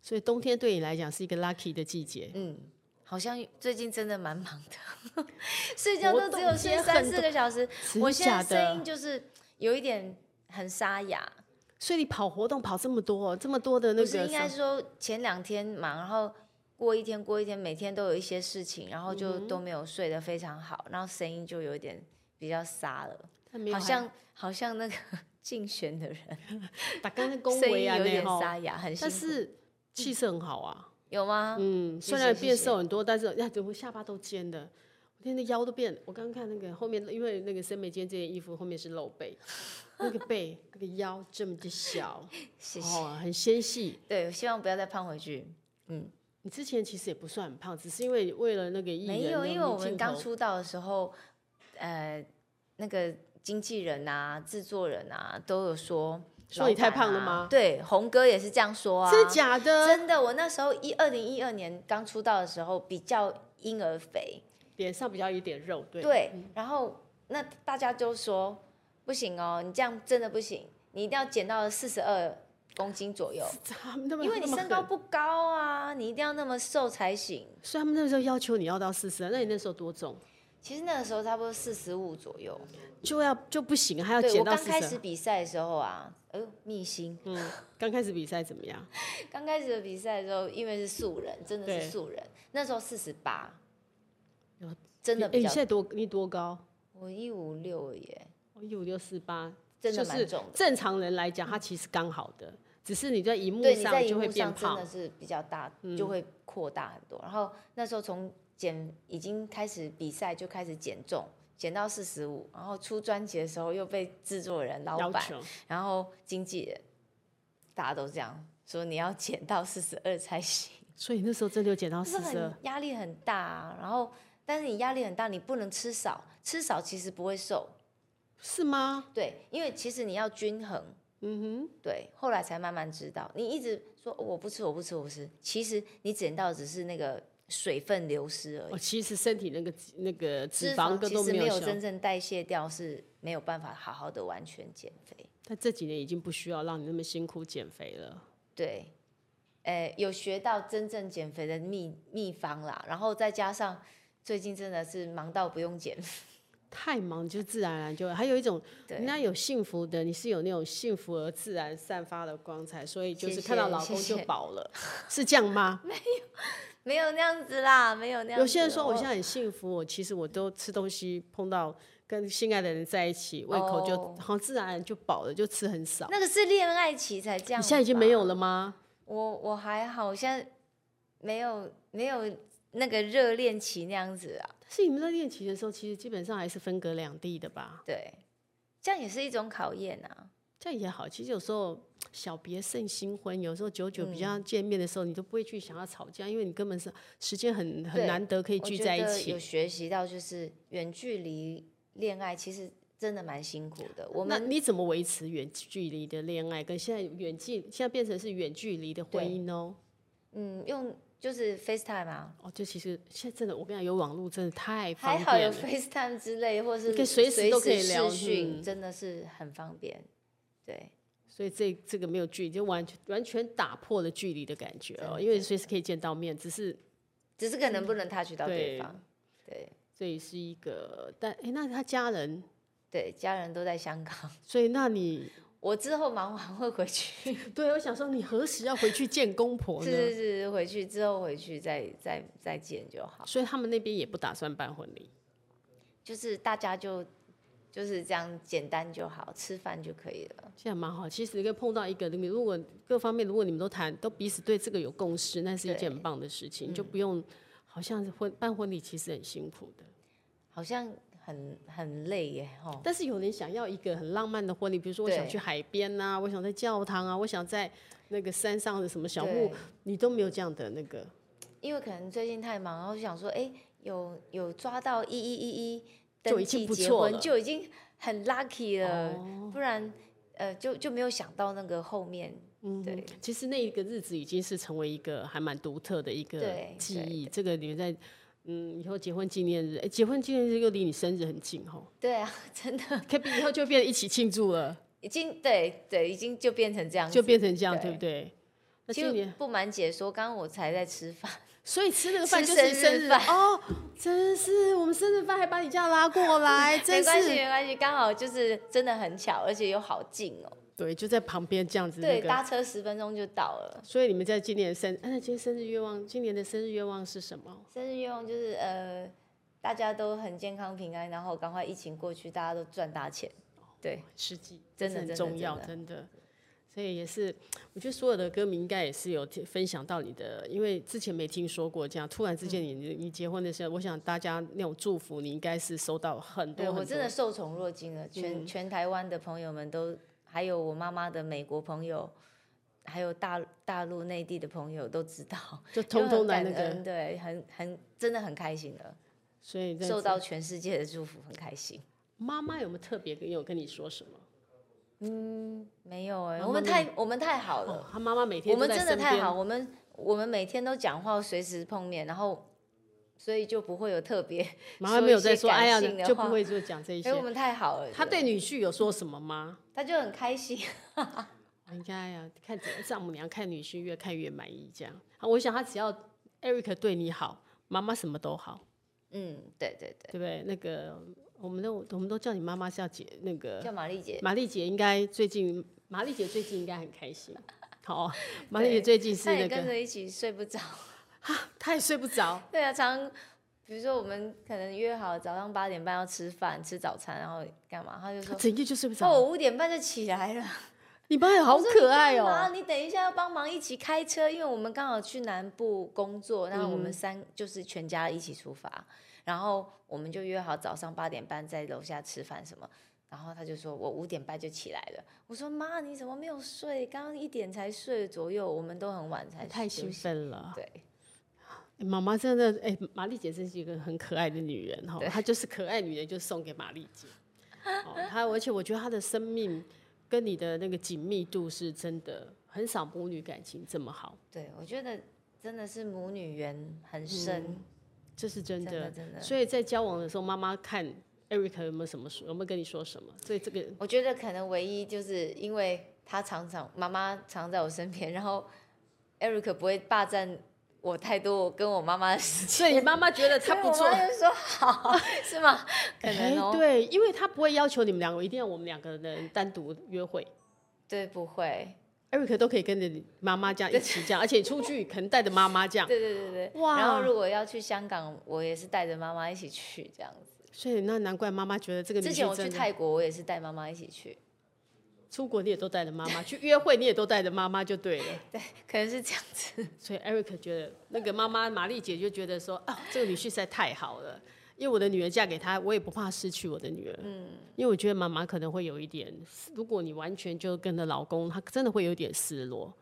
Speaker 2: 所以冬天对你来讲是一个 lucky 的季节。
Speaker 1: 嗯，好像最近真的蛮忙的， 睡觉都只有睡
Speaker 2: 活动也
Speaker 1: 三
Speaker 2: 很多
Speaker 1: 四个小时。
Speaker 2: 真
Speaker 1: 我
Speaker 2: 的
Speaker 1: 现在
Speaker 2: 假
Speaker 1: 声音
Speaker 2: 的？
Speaker 1: 就是有一点很沙哑，
Speaker 2: 所以你跑活动跑这么多，这么多的
Speaker 1: 不
Speaker 2: 那个
Speaker 1: 是应该
Speaker 2: 什么
Speaker 1: 是说前两天忙，然后过一天过一天，每天都有一些事情，然后
Speaker 2: 嗯
Speaker 1: 就都没有睡得非常好，然后声音就有点比较沙了，
Speaker 2: 他没有
Speaker 1: 好像好像那个 竞选的人
Speaker 2: 还打刚才恭
Speaker 1: 声
Speaker 2: 维
Speaker 1: 音
Speaker 2: 啊，
Speaker 1: 有
Speaker 2: 那
Speaker 1: 点
Speaker 2: 吼
Speaker 1: 沙哑，很辛
Speaker 2: 但
Speaker 1: 苦。
Speaker 2: 是气色很好啊。
Speaker 1: 有吗？
Speaker 2: 嗯，
Speaker 1: 谢
Speaker 2: 虽
Speaker 1: 谢
Speaker 2: 然
Speaker 1: 谢
Speaker 2: 变
Speaker 1: 谢
Speaker 2: 瘦很多，但是哎，我下巴都尖的，我今天的腰都变。我刚刚看那个后面，因为那个森美今天这件衣服后面是露 背，那个背、那个腰这么的小，
Speaker 1: 谢谢。
Speaker 2: 哦，很纤细。
Speaker 1: 对，希望不要再胖回去。
Speaker 2: 你之前其实也不算很胖，只是因为为了那个艺人，
Speaker 1: 没有，因为我们刚
Speaker 2: 出
Speaker 1: 出道的时候，呃，那个经纪人啊、制作人啊都有说，
Speaker 2: 说你
Speaker 1: 老板
Speaker 2: 太胖了
Speaker 1: 啊
Speaker 2: 吗
Speaker 1: 对，红哥也是这样说啊。
Speaker 2: 真的假的？
Speaker 1: 真的，我那时候一二零一二年刚出道的时候比较婴儿肥，
Speaker 2: 脸上比较有点肉，对，
Speaker 1: 对，然后那大家就说不行哦，你这样真的不行，你一定要减到四十二公斤左右，
Speaker 2: 他们那么
Speaker 1: 因为你
Speaker 2: 那么
Speaker 1: 身高
Speaker 2: 狠，
Speaker 1: 不高啊，你一定要那么瘦才行。
Speaker 2: 所以他们那时候要求你要到四十，那
Speaker 1: 嗯
Speaker 2: 你那时候多重？
Speaker 1: 其实那个时候差不多四十五左右，
Speaker 2: 就要就不行，还要
Speaker 1: 对
Speaker 2: 减
Speaker 1: 我
Speaker 2: 到
Speaker 1: 刚
Speaker 2: 四
Speaker 1: 开始
Speaker 2: 十。
Speaker 1: 比赛的时候啊，哎呦，密星，
Speaker 2: 嗯，刚开始比赛怎么样？
Speaker 1: 刚开始的比赛的时候，因为是素人，真的
Speaker 2: 对
Speaker 1: 是素人，那时候四十八
Speaker 2: 有，
Speaker 1: 真的
Speaker 2: 哎，
Speaker 1: 比
Speaker 2: 你
Speaker 1: 较
Speaker 2: 现，在多你多高？
Speaker 1: 我一五六耶，
Speaker 2: 我一五六四八，
Speaker 1: 真的
Speaker 2: 就
Speaker 1: 蛮
Speaker 2: 是
Speaker 1: 重的
Speaker 2: 正常人来讲，它其实刚好的，只是你在荧幕
Speaker 1: 对，你在
Speaker 2: 上
Speaker 1: 荧
Speaker 2: 就会
Speaker 1: 幕
Speaker 2: 变
Speaker 1: 上真
Speaker 2: 胖嗯
Speaker 1: 的。是比较大，就会扩大很多。然后那时候从减已经开始比赛就开始减重，减到四十五，然后出专辑的时候又被制作人、老
Speaker 2: 要
Speaker 1: 板
Speaker 2: 求
Speaker 1: 然后经纪人，大家都这样说，你要减到四十二才行，
Speaker 2: 所以那时候真的有减到
Speaker 1: 就是
Speaker 2: 四十
Speaker 1: 很
Speaker 2: 二，
Speaker 1: 压力很大、啊。然后，但是你压力很大，你不能吃少，吃少其实不会瘦，
Speaker 2: 是吗？
Speaker 1: 对，因为其实你要均衡。
Speaker 2: 嗯
Speaker 1: 对，后来才慢慢知道，你一直说哦我不吃，我不吃，我不吃，其实你减到只是那个水分流失而
Speaker 2: 哼，
Speaker 1: 已，
Speaker 2: 我哦其实身体那个那个脂
Speaker 1: 脂
Speaker 2: 肪
Speaker 1: 肪
Speaker 2: 根
Speaker 1: 其
Speaker 2: 都
Speaker 1: 实没
Speaker 2: 有
Speaker 1: 有
Speaker 2: 消
Speaker 1: 真正代谢掉，是没有办法好好的完全减肥。
Speaker 2: 但这几年已经不需要让你那么辛苦减肥了。
Speaker 1: 对，呃，有学到真正减肥的秘秘方啦，然后再加上最近真的是忙到不用减，
Speaker 2: 太忙就自然而然就还有一种，
Speaker 1: 对
Speaker 2: 人家有幸福的，你是有那种幸福而自然散发的光彩，所以就
Speaker 1: 谢
Speaker 2: 是
Speaker 1: 谢
Speaker 2: 看到老公
Speaker 1: 谢
Speaker 2: 就
Speaker 1: 谢
Speaker 2: 饱了，是这 样吗？
Speaker 1: 没有那样子啦，没有那样子。哦
Speaker 2: 有些人说我现在很幸福，我其实我都吃东西碰到跟心爱的人在一起，胃口就、
Speaker 1: 哦
Speaker 2: 好像自然而然就饱了，就吃很少。
Speaker 1: 那个是恋爱期才这样，
Speaker 2: 你现在已经没有了吗？
Speaker 1: 我我还好，我现在没有没有那个热恋期那样子啊。
Speaker 2: 但是你们在练琴的时候，其实基本上还是分隔两地的吧？
Speaker 1: 对，这样也是一种考验啊。
Speaker 2: 这样也好。其实有时候小别胜新婚，有时候久久比较
Speaker 1: 嗯
Speaker 2: 见面的时候，你都不会去想要吵架，因为你根本是时间很很
Speaker 1: 对
Speaker 2: 难得可以
Speaker 1: 我
Speaker 2: 聚
Speaker 1: 觉
Speaker 2: 在一
Speaker 1: 得有
Speaker 2: 起。
Speaker 1: 学习到就是远距离恋爱其实真的蛮辛苦的。我
Speaker 2: 那
Speaker 1: 们
Speaker 2: 你怎么维持远距离的恋爱？跟现在远近，现在变成是远距离的婚
Speaker 1: 对
Speaker 2: 姻哦。
Speaker 1: 嗯用就是 FaceTime 啊，
Speaker 2: 哦，就其实现在真的，我跟你讲，有网络真的太方
Speaker 1: 还
Speaker 2: 便了。
Speaker 1: 好有 FaceTime 之类，或是
Speaker 2: 你可以随时都可以聊
Speaker 1: 视讯，
Speaker 2: 嗯
Speaker 1: 真的是很方便。对，
Speaker 2: 所以这这个没有距离，就完全完全打破了距离的感觉
Speaker 1: 真
Speaker 2: 哦，
Speaker 1: 的
Speaker 2: 因为随时可以见到面，只是
Speaker 1: 只是可能不能 touch 到对
Speaker 2: 对
Speaker 1: 方。对
Speaker 2: 这也是一个，但哎，那他家人，
Speaker 1: 对，家人都在香港，
Speaker 2: 所以那你
Speaker 1: 我之后忙完会回去，
Speaker 2: 对我想说，你何时要回去见公婆呢？
Speaker 1: 是是是，回去之后回去再再再见就好。
Speaker 2: 所以他们那边也不打算办婚礼，
Speaker 1: 就是大家就就是这样简单就好，吃饭就可以了。
Speaker 2: 这样蛮好。其实可以碰到一个，你如果各方面，如果你们都谈，都彼此对这个有共识，那是一件很棒的事
Speaker 1: 嗯
Speaker 2: 情，就不用好像婚办婚礼其实很辛苦的。
Speaker 1: 好像很很累耶，吼，
Speaker 2: 但是有人想要一个很浪漫的婚礼，比如说
Speaker 1: 哦
Speaker 2: 我
Speaker 1: 对
Speaker 2: 想去海边呐、我想在教堂啊，我想在那个山上的什么小木
Speaker 1: 对，
Speaker 2: 你都没有这样的那个。
Speaker 1: 因为可能最近太忙，然后就想说，哎，有有抓到一一一一
Speaker 2: 就
Speaker 1: 登
Speaker 2: 已经
Speaker 1: 记
Speaker 2: 不
Speaker 1: 结
Speaker 2: 错
Speaker 1: 婚
Speaker 2: 了
Speaker 1: 就已经很 lucky 了，
Speaker 2: 哦
Speaker 1: 不然呃就就没有想到那个后面，对
Speaker 2: 嗯，其实那一个日子已经是成为一个还蛮独特的一个
Speaker 1: 对
Speaker 2: 记
Speaker 1: 对
Speaker 2: 忆。这个你们在嗯以后结婚纪念日，哎，结婚纪念日又离你生日很 近吼，
Speaker 1: 对啊，真的
Speaker 2: 可以以后就变得一起庆祝了，
Speaker 1: 已经对对已经就变成这样子，
Speaker 2: 就变成这样，
Speaker 1: 对
Speaker 2: 对不对？那
Speaker 1: 其
Speaker 2: 今
Speaker 1: 实
Speaker 2: 年，
Speaker 1: 不瞒姐说，刚刚我才在吃饭，
Speaker 2: 所以吃那个饭
Speaker 1: 吃
Speaker 2: 就
Speaker 1: 生
Speaker 2: 是
Speaker 1: 日
Speaker 2: 生日
Speaker 1: 饭
Speaker 2: 哦，真是我们生日饭还把你这样拉过来，
Speaker 1: 没
Speaker 2: 真
Speaker 1: 关系
Speaker 2: 是
Speaker 1: 没关系，刚好就是真的很巧，而且又好近哦，
Speaker 2: 对，就在旁边这样子、那
Speaker 1: 对，
Speaker 2: 个
Speaker 1: 搭车十分钟就到了。
Speaker 2: 所以你们在今年的生，哎、那今天生日愿望，今年的生日愿望是什么？
Speaker 1: 生日愿望就是呃，大家都很健康平安，然后赶快疫情过去，大家都赚大钱。对，
Speaker 2: 实际
Speaker 1: 真的
Speaker 2: 这很
Speaker 1: 真的
Speaker 2: 重要，
Speaker 1: 真的
Speaker 2: 真的。所以也是，我觉得所有的歌迷应该也是有听分享到你的，因为之前没听说过这样，突然之
Speaker 1: 嗯
Speaker 2: 间你、你结婚的时候，我想大家那种祝福，你应该是收到很多
Speaker 1: 对
Speaker 2: 很多。嗯
Speaker 1: 我真的受宠若惊了，全、全台湾的朋友们都，还有我妈妈的美国朋友，还有大大陆内地的朋友都知道，
Speaker 2: 就 通通来
Speaker 1: 来
Speaker 2: 那个，
Speaker 1: 对，很很真的很开心了，
Speaker 2: 所以在
Speaker 1: 受到全世界的祝福，很开心。
Speaker 2: 妈妈有没有特别跟有跟你说什么？
Speaker 1: 没有哎、
Speaker 2: 妈妈
Speaker 1: 我们
Speaker 2: 那
Speaker 1: 太我们太好了
Speaker 2: 哦，，他妈妈每天
Speaker 1: 我
Speaker 2: 都
Speaker 1: 们
Speaker 2: 在
Speaker 1: 真的
Speaker 2: 身
Speaker 1: 太
Speaker 2: 边
Speaker 1: 好，，我们我们每天都讲话，随时碰面，然后所以就不会有特别
Speaker 2: 妈妈没有
Speaker 1: 说一
Speaker 2: 在
Speaker 1: 些
Speaker 2: 说
Speaker 1: 感
Speaker 2: 哎呀
Speaker 1: 性的，
Speaker 2: 就不
Speaker 1: 话
Speaker 2: 会就讲 这一
Speaker 1: 哎、我
Speaker 2: 些。
Speaker 1: 们太好了。
Speaker 2: 他对女婿有说什么吗？
Speaker 1: 他就很开心，
Speaker 2: 应该呀、看怎么丈母娘看女婿越看越满意这样。啊我想他只要 Eric 对你好，妈妈什么都好，
Speaker 1: 嗯，对对
Speaker 2: 对不对？那个我们都我们都叫你妈妈是要姐，那
Speaker 1: 对，
Speaker 2: 个
Speaker 1: 叫玛丽姐，
Speaker 2: 玛丽姐应该最近，玛丽姐最近应该很开心。 好、玛丽姐最近是
Speaker 1: 她也
Speaker 2: 那
Speaker 1: 跟
Speaker 2: 个，
Speaker 1: 着一起睡不着。
Speaker 2: 她也睡不着，
Speaker 1: 对啊，常比如说我们可能约好早上八点半要吃饭，吃早餐，然后干嘛，他就
Speaker 2: 她
Speaker 1: 说。
Speaker 2: 整夜就睡不
Speaker 1: 哦，
Speaker 2: 着。
Speaker 1: 我五点半就起来了，
Speaker 2: 你妈也好可爱
Speaker 1: 我说你干嘛
Speaker 2: 哦，
Speaker 1: 你等一下要帮忙一起开车，因为我们刚好去南部工作，然后
Speaker 2: 嗯
Speaker 1: 我们三、就是全家一起出发，然后我们就约好早上八点半在楼下吃饭什么。然后他就说：“我五点半就起来了。”我说：“妈，你怎么没有睡？刚刚一点才睡左右，我们都很晚才
Speaker 2: 太
Speaker 1: 休
Speaker 2: 兴
Speaker 1: 息
Speaker 2: 奋了。
Speaker 1: 对，
Speaker 2: 欸妈妈真的，哎、玛丽姐真是一个很可爱的女人哈，她就是可爱女人，就送给玛丽姐。哦，她而且我觉得她的生命跟你的那个紧密度是真的，很少母女感情这么好，
Speaker 1: 对，我觉得真的是母女缘很深，
Speaker 2: 这是嗯真
Speaker 1: 真
Speaker 2: 的。
Speaker 1: 的真的。
Speaker 2: 所以在交往的时候，妈妈看 Eric 有没有什么说，有没有跟你说什么？所以 这个
Speaker 1: 我觉得可能唯一就是因为他常常妈妈常在我身边，然后 Eric 不会霸占我太多我跟我妈妈的时间，
Speaker 2: 所以你妈妈觉得她不哎
Speaker 1: 所
Speaker 2: 错
Speaker 1: 以我，妈就说好，是吗？可能哦，
Speaker 2: 对，因为她不会要求你们两个一定要我们两个人单独约会。
Speaker 1: 对，不会，
Speaker 2: Eric 都可以跟着你妈妈这样一起这样，而且出去可能带着妈妈这样。
Speaker 1: 对对对对。
Speaker 2: 哇
Speaker 1: 然后如果要去香港，我也是带着妈妈一起去这样子。
Speaker 2: 所以那难怪妈妈觉得这个女
Speaker 1: 之前
Speaker 2: 婿
Speaker 1: 我去
Speaker 2: 真的，
Speaker 1: 泰国，我也是带妈妈一起去，
Speaker 2: 出国你也都带着妈 妈，去约会你也都带着妈妈就对了。
Speaker 1: 对，可能是这样子。
Speaker 2: 所以 Eric 觉得那个妈妈玛丽姐就觉得说啊，这个女婿实在太好了，因为我的女儿嫁给他，我也不怕失去我的女儿。嗯，因为我觉得妈妈可能会有一点，如果你完全就跟着老公，她真的会有点失落。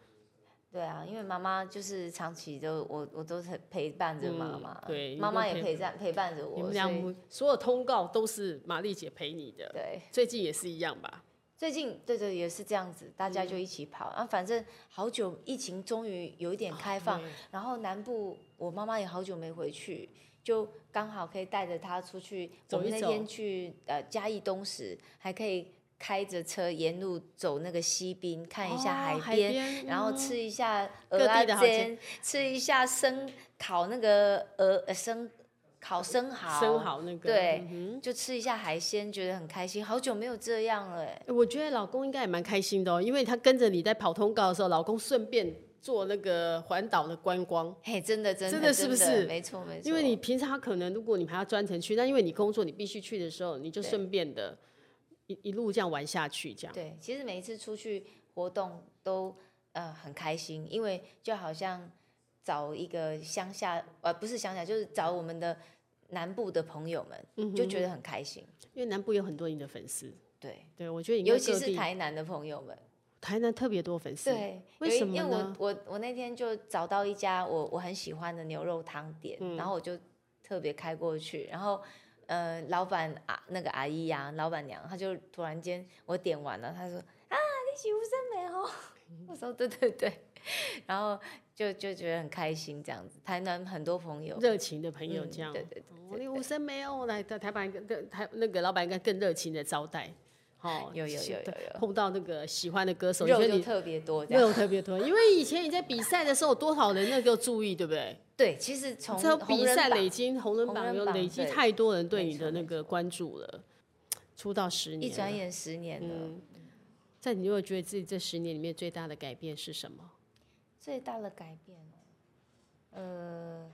Speaker 1: 对啊，因为妈妈就是长期都我我都是陪伴着妈妈，
Speaker 2: 嗯对
Speaker 1: 妈妈
Speaker 2: 你
Speaker 1: 也
Speaker 2: 都
Speaker 1: 陪伴陪伴着
Speaker 2: 你
Speaker 1: 我，
Speaker 2: 们
Speaker 1: 哦所
Speaker 2: 俩
Speaker 1: 以
Speaker 2: 所有通告都是玛丽姐陪你的，
Speaker 1: 对。
Speaker 2: 最近也是一样吧？
Speaker 1: 最近对对也是这样子，大家就
Speaker 2: 嗯
Speaker 1: 一起跑。啊，反正好久疫情终于有一点开放，
Speaker 2: 哦对
Speaker 1: 然后南部我妈妈也好久没回去，就刚好可以带着她出去。
Speaker 2: 走一
Speaker 1: 我们那
Speaker 2: 走
Speaker 1: 天去呃嘉义东石，还可以开着车沿路走那个西滨，看一下
Speaker 2: 哦
Speaker 1: 海
Speaker 2: 海
Speaker 1: 边，
Speaker 2: 边
Speaker 1: 然后
Speaker 2: 嗯
Speaker 1: 吃一下
Speaker 2: 各
Speaker 1: 鹅啊
Speaker 2: 地的好景
Speaker 1: 煎，吃一下生烤那个鹅呃生烤生蚝，
Speaker 2: 生蚝那个，
Speaker 1: 对
Speaker 2: 嗯哼
Speaker 1: 就吃一下海鲜，觉得很开心，好久没有这样了、欸。
Speaker 2: 我觉得老公应该也蛮开心的哦，因为他跟着你在跑通告的时候，老公顺便做那个环岛的观光。
Speaker 1: 嘿，真的，真的，
Speaker 2: 真的是不是
Speaker 1: 没错，没错。
Speaker 2: 因为你平常可能如果你还要专程去，但因为你工作你必须去的时候，你就
Speaker 1: 对
Speaker 2: 顺便的一一路这样玩下去，这样。
Speaker 1: 对，其实每一次出去活动都呃很开心，因为就好像找一个乡下，呃，不是乡下，就是找我们的南部的朋友们，
Speaker 2: 嗯哼
Speaker 1: 就觉得很开心。
Speaker 2: 因为南部有很多你的粉丝，
Speaker 1: 对，
Speaker 2: 对我觉得你
Speaker 1: 尤其是台南的朋友们，
Speaker 2: 台南特别多粉丝，
Speaker 1: 对，
Speaker 2: 为
Speaker 1: 有一
Speaker 2: 什么
Speaker 1: 因为我
Speaker 2: 呢
Speaker 1: 我我那天就找到一家我我很喜欢的牛肉汤店，
Speaker 2: 嗯
Speaker 1: 然后我就特别开过去，然后。呃，老板啊，那个阿姨呀、老板娘，她就突然间我点完了，她说啊，你喜欢真美哦， 我说对对对，然后就就觉得很开心这样子。台南很多朋友，
Speaker 2: 热情的朋友
Speaker 1: 嗯
Speaker 2: 这样。
Speaker 1: 对对
Speaker 2: 哦你无声没有来台台板跟台那个老板应该更热情的招待，哦，
Speaker 1: 有有有
Speaker 2: 是
Speaker 1: 有
Speaker 2: 对
Speaker 1: 有
Speaker 2: 碰到那个喜欢的歌手，你觉
Speaker 1: 肉
Speaker 2: 得
Speaker 1: 就
Speaker 2: 你
Speaker 1: 特别多这样。
Speaker 2: 肉特别多，因为以前你在比赛的时候，多少人那个注意，对不对？
Speaker 1: 对，其实从
Speaker 2: 这
Speaker 1: 红
Speaker 2: 比
Speaker 1: 人
Speaker 2: 赛
Speaker 1: 榜
Speaker 2: 累积红人榜
Speaker 1: 红
Speaker 2: 有
Speaker 1: 人榜
Speaker 2: 累积
Speaker 1: 对
Speaker 2: 太多人对
Speaker 1: 没
Speaker 2: 你的
Speaker 1: 错
Speaker 2: 那
Speaker 1: 没
Speaker 2: 个关注了，出道十年
Speaker 1: 一
Speaker 2: 了，嗯
Speaker 1: 转眼十年了，
Speaker 2: 在你有没有觉得自己这十年里面最大的改变是什么？
Speaker 1: 最大的改变哦，呃，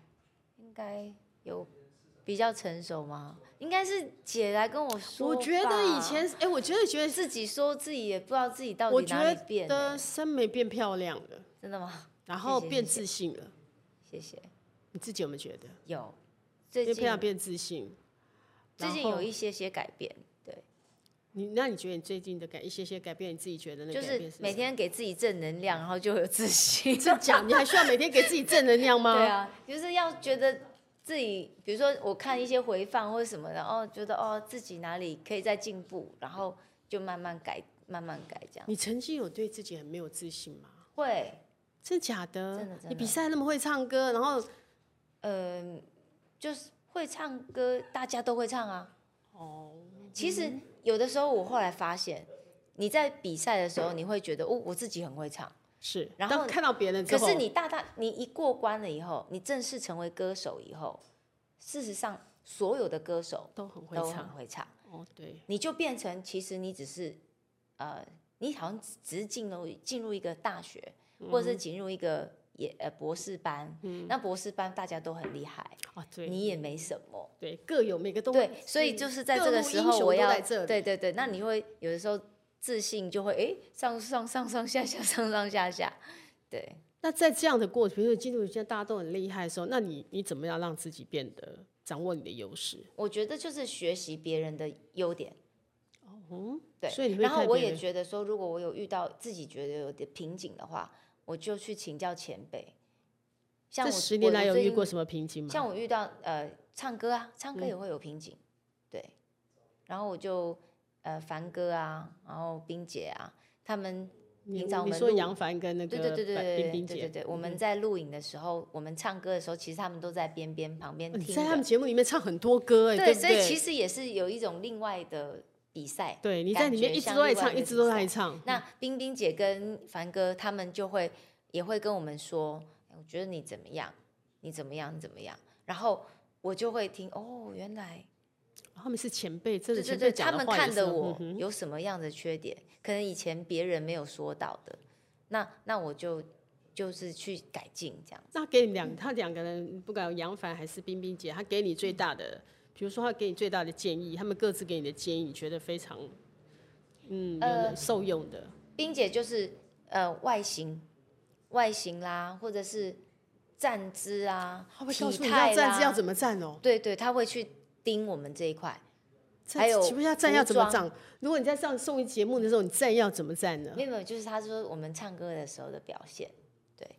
Speaker 1: 应该有比较成熟吗？应该是姐来跟我说吧。
Speaker 2: 我觉得以前，哎、我觉得觉得，
Speaker 1: 自己说自己也不知道自己到
Speaker 2: 我
Speaker 1: 底
Speaker 2: 觉
Speaker 1: 哪里变了，
Speaker 2: 得审美变漂亮了，
Speaker 1: 真的吗？
Speaker 2: 然后
Speaker 1: 谢谢
Speaker 2: 变
Speaker 1: 谢谢
Speaker 2: 自信了，
Speaker 1: 谢谢。
Speaker 2: 你自己有没有觉得？
Speaker 1: 有最
Speaker 2: 变漂亮
Speaker 1: 近
Speaker 2: 变自信，
Speaker 1: 最
Speaker 2: 然
Speaker 1: 近
Speaker 2: 后
Speaker 1: 有一些些改变，对，
Speaker 2: 你那你觉得你最近的改一些些改变，你自己觉得那
Speaker 1: 就
Speaker 2: 改变
Speaker 1: 是
Speaker 2: 是
Speaker 1: 每
Speaker 2: 什么
Speaker 1: 天给自己正能量，然后就有自信。
Speaker 2: 这讲，你还需要每天给自己正能量吗？
Speaker 1: 对啊，就是要觉得自己，比如说我看一些回放或者什么的，哦，觉得哦自己哪里可以再进步，然后就慢慢改，慢慢改这样。
Speaker 2: 你曾经有对自己很没有自信吗？
Speaker 1: 会，
Speaker 2: 真假的？
Speaker 1: 真的真的
Speaker 2: 你比赛那么会唱歌，然后
Speaker 1: 嗯、就是会唱歌，大家都会唱啊。
Speaker 2: 哦，
Speaker 1: 其实有的时候我后来发现，你在比赛的时候，你会觉得哦我自己很会唱，
Speaker 2: 是，
Speaker 1: 然后
Speaker 2: 当看到别人之
Speaker 1: 可
Speaker 2: 后，
Speaker 1: 是你大大你一过关了以后，你正式成为歌手以后，事实上所有的歌手
Speaker 2: 都很会
Speaker 1: 都很
Speaker 2: 唱
Speaker 1: 会唱。
Speaker 2: 哦，对，
Speaker 1: 你就变成其实你只是呃，你好像只只是进入进入一个大学，或
Speaker 2: 嗯
Speaker 1: 者是进入一个也呃博士班，那博士班大家都很厉害，
Speaker 2: 哦嗯对，
Speaker 1: 你也没什么。
Speaker 2: 对各有每个都
Speaker 1: 对，所以就是在这个时
Speaker 2: 各路英
Speaker 1: 候，
Speaker 2: 雄
Speaker 1: 我
Speaker 2: 都
Speaker 1: 要
Speaker 2: 在这里嗯
Speaker 1: 对对对，那你会有的时候自信就会诶上上上上下下上上下下，对，
Speaker 2: 那在这样的过程，比如说进入一些大家都很厉害的时候，那你你怎么样让自己变得掌握你的优势？
Speaker 1: 我觉得就是学习别人的优点，
Speaker 2: 嗯，
Speaker 1: 对，
Speaker 2: 所以你会
Speaker 1: 然后
Speaker 2: 看
Speaker 1: 我
Speaker 2: 别
Speaker 1: 也
Speaker 2: 人
Speaker 1: 觉得说，如果我有遇到自己觉得有点瓶颈的话，我就去请教前辈。像
Speaker 2: 这
Speaker 1: 我
Speaker 2: 十年来有遇过
Speaker 1: 么？
Speaker 2: 什么瓶颈吗？嗯
Speaker 1: 像我遇到呃唱歌啊，唱歌也会有瓶颈，对。然后我就呃凡哥啊，然后冰姐啊，他们
Speaker 2: 你
Speaker 1: 平常我
Speaker 2: 你
Speaker 1: 们
Speaker 2: 说
Speaker 1: 录
Speaker 2: 杨凡跟那个
Speaker 1: 对对对对对
Speaker 2: 冰
Speaker 1: 对
Speaker 2: 冰
Speaker 1: 对
Speaker 2: 姐嗯
Speaker 1: 对，对，我们在录影的时候，我们唱歌的时候，其实他们都在边边旁边
Speaker 2: 哦你
Speaker 1: 听
Speaker 2: 嗯在他们
Speaker 1: 的，
Speaker 2: 节目里面唱很多歌哎，
Speaker 1: 对，
Speaker 2: 不
Speaker 1: 所以
Speaker 2: 对？
Speaker 1: 其实也是有一种另外的比赛。
Speaker 2: 对你在里面
Speaker 1: 感
Speaker 2: 一
Speaker 1: 觉
Speaker 2: 直
Speaker 1: 像
Speaker 2: 都在
Speaker 1: 另外
Speaker 2: 唱，
Speaker 1: 一
Speaker 2: 一
Speaker 1: 个
Speaker 2: 直
Speaker 1: 比
Speaker 2: 都
Speaker 1: 赛
Speaker 2: 在唱，
Speaker 1: 那冰冰姐跟凡哥他们就会也会跟我们说，哎我觉得你怎么样，你怎么样，你怎么样。然后我就会听，哦，原来
Speaker 2: 他们是前辈，真
Speaker 1: 对
Speaker 2: 的
Speaker 1: 对
Speaker 2: 前
Speaker 1: 对，
Speaker 2: 辈讲
Speaker 1: 他
Speaker 2: 的
Speaker 1: 们
Speaker 2: 话也
Speaker 1: 看
Speaker 2: 是嗯
Speaker 1: 的
Speaker 2: 很
Speaker 1: 我有什么样的缺点，可能以前别人没有说到的，那那我就就是去改进这样。
Speaker 2: 那给你两，他两个人不管杨凡还是冰冰姐，他给你最大的，比如说他给你最大的建议，他们各自给你的建议，你觉得非常，嗯，有受用的。
Speaker 1: 呃冰姐就是呃外形，外形啦，或者是站姿啊
Speaker 2: 他，会告
Speaker 1: 体
Speaker 2: 诉你要
Speaker 1: 态
Speaker 2: 站姿要
Speaker 1: 啦，
Speaker 2: 怎么站哦，
Speaker 1: 对对，他会去盯我们这一块。
Speaker 2: 站
Speaker 1: 还有
Speaker 2: 请问一下站要怎么
Speaker 1: 服
Speaker 2: 站？如果你在上综艺节目的时候，你站要怎么站呢
Speaker 1: 没？有，没有，就是他说我们唱歌的时候的表现。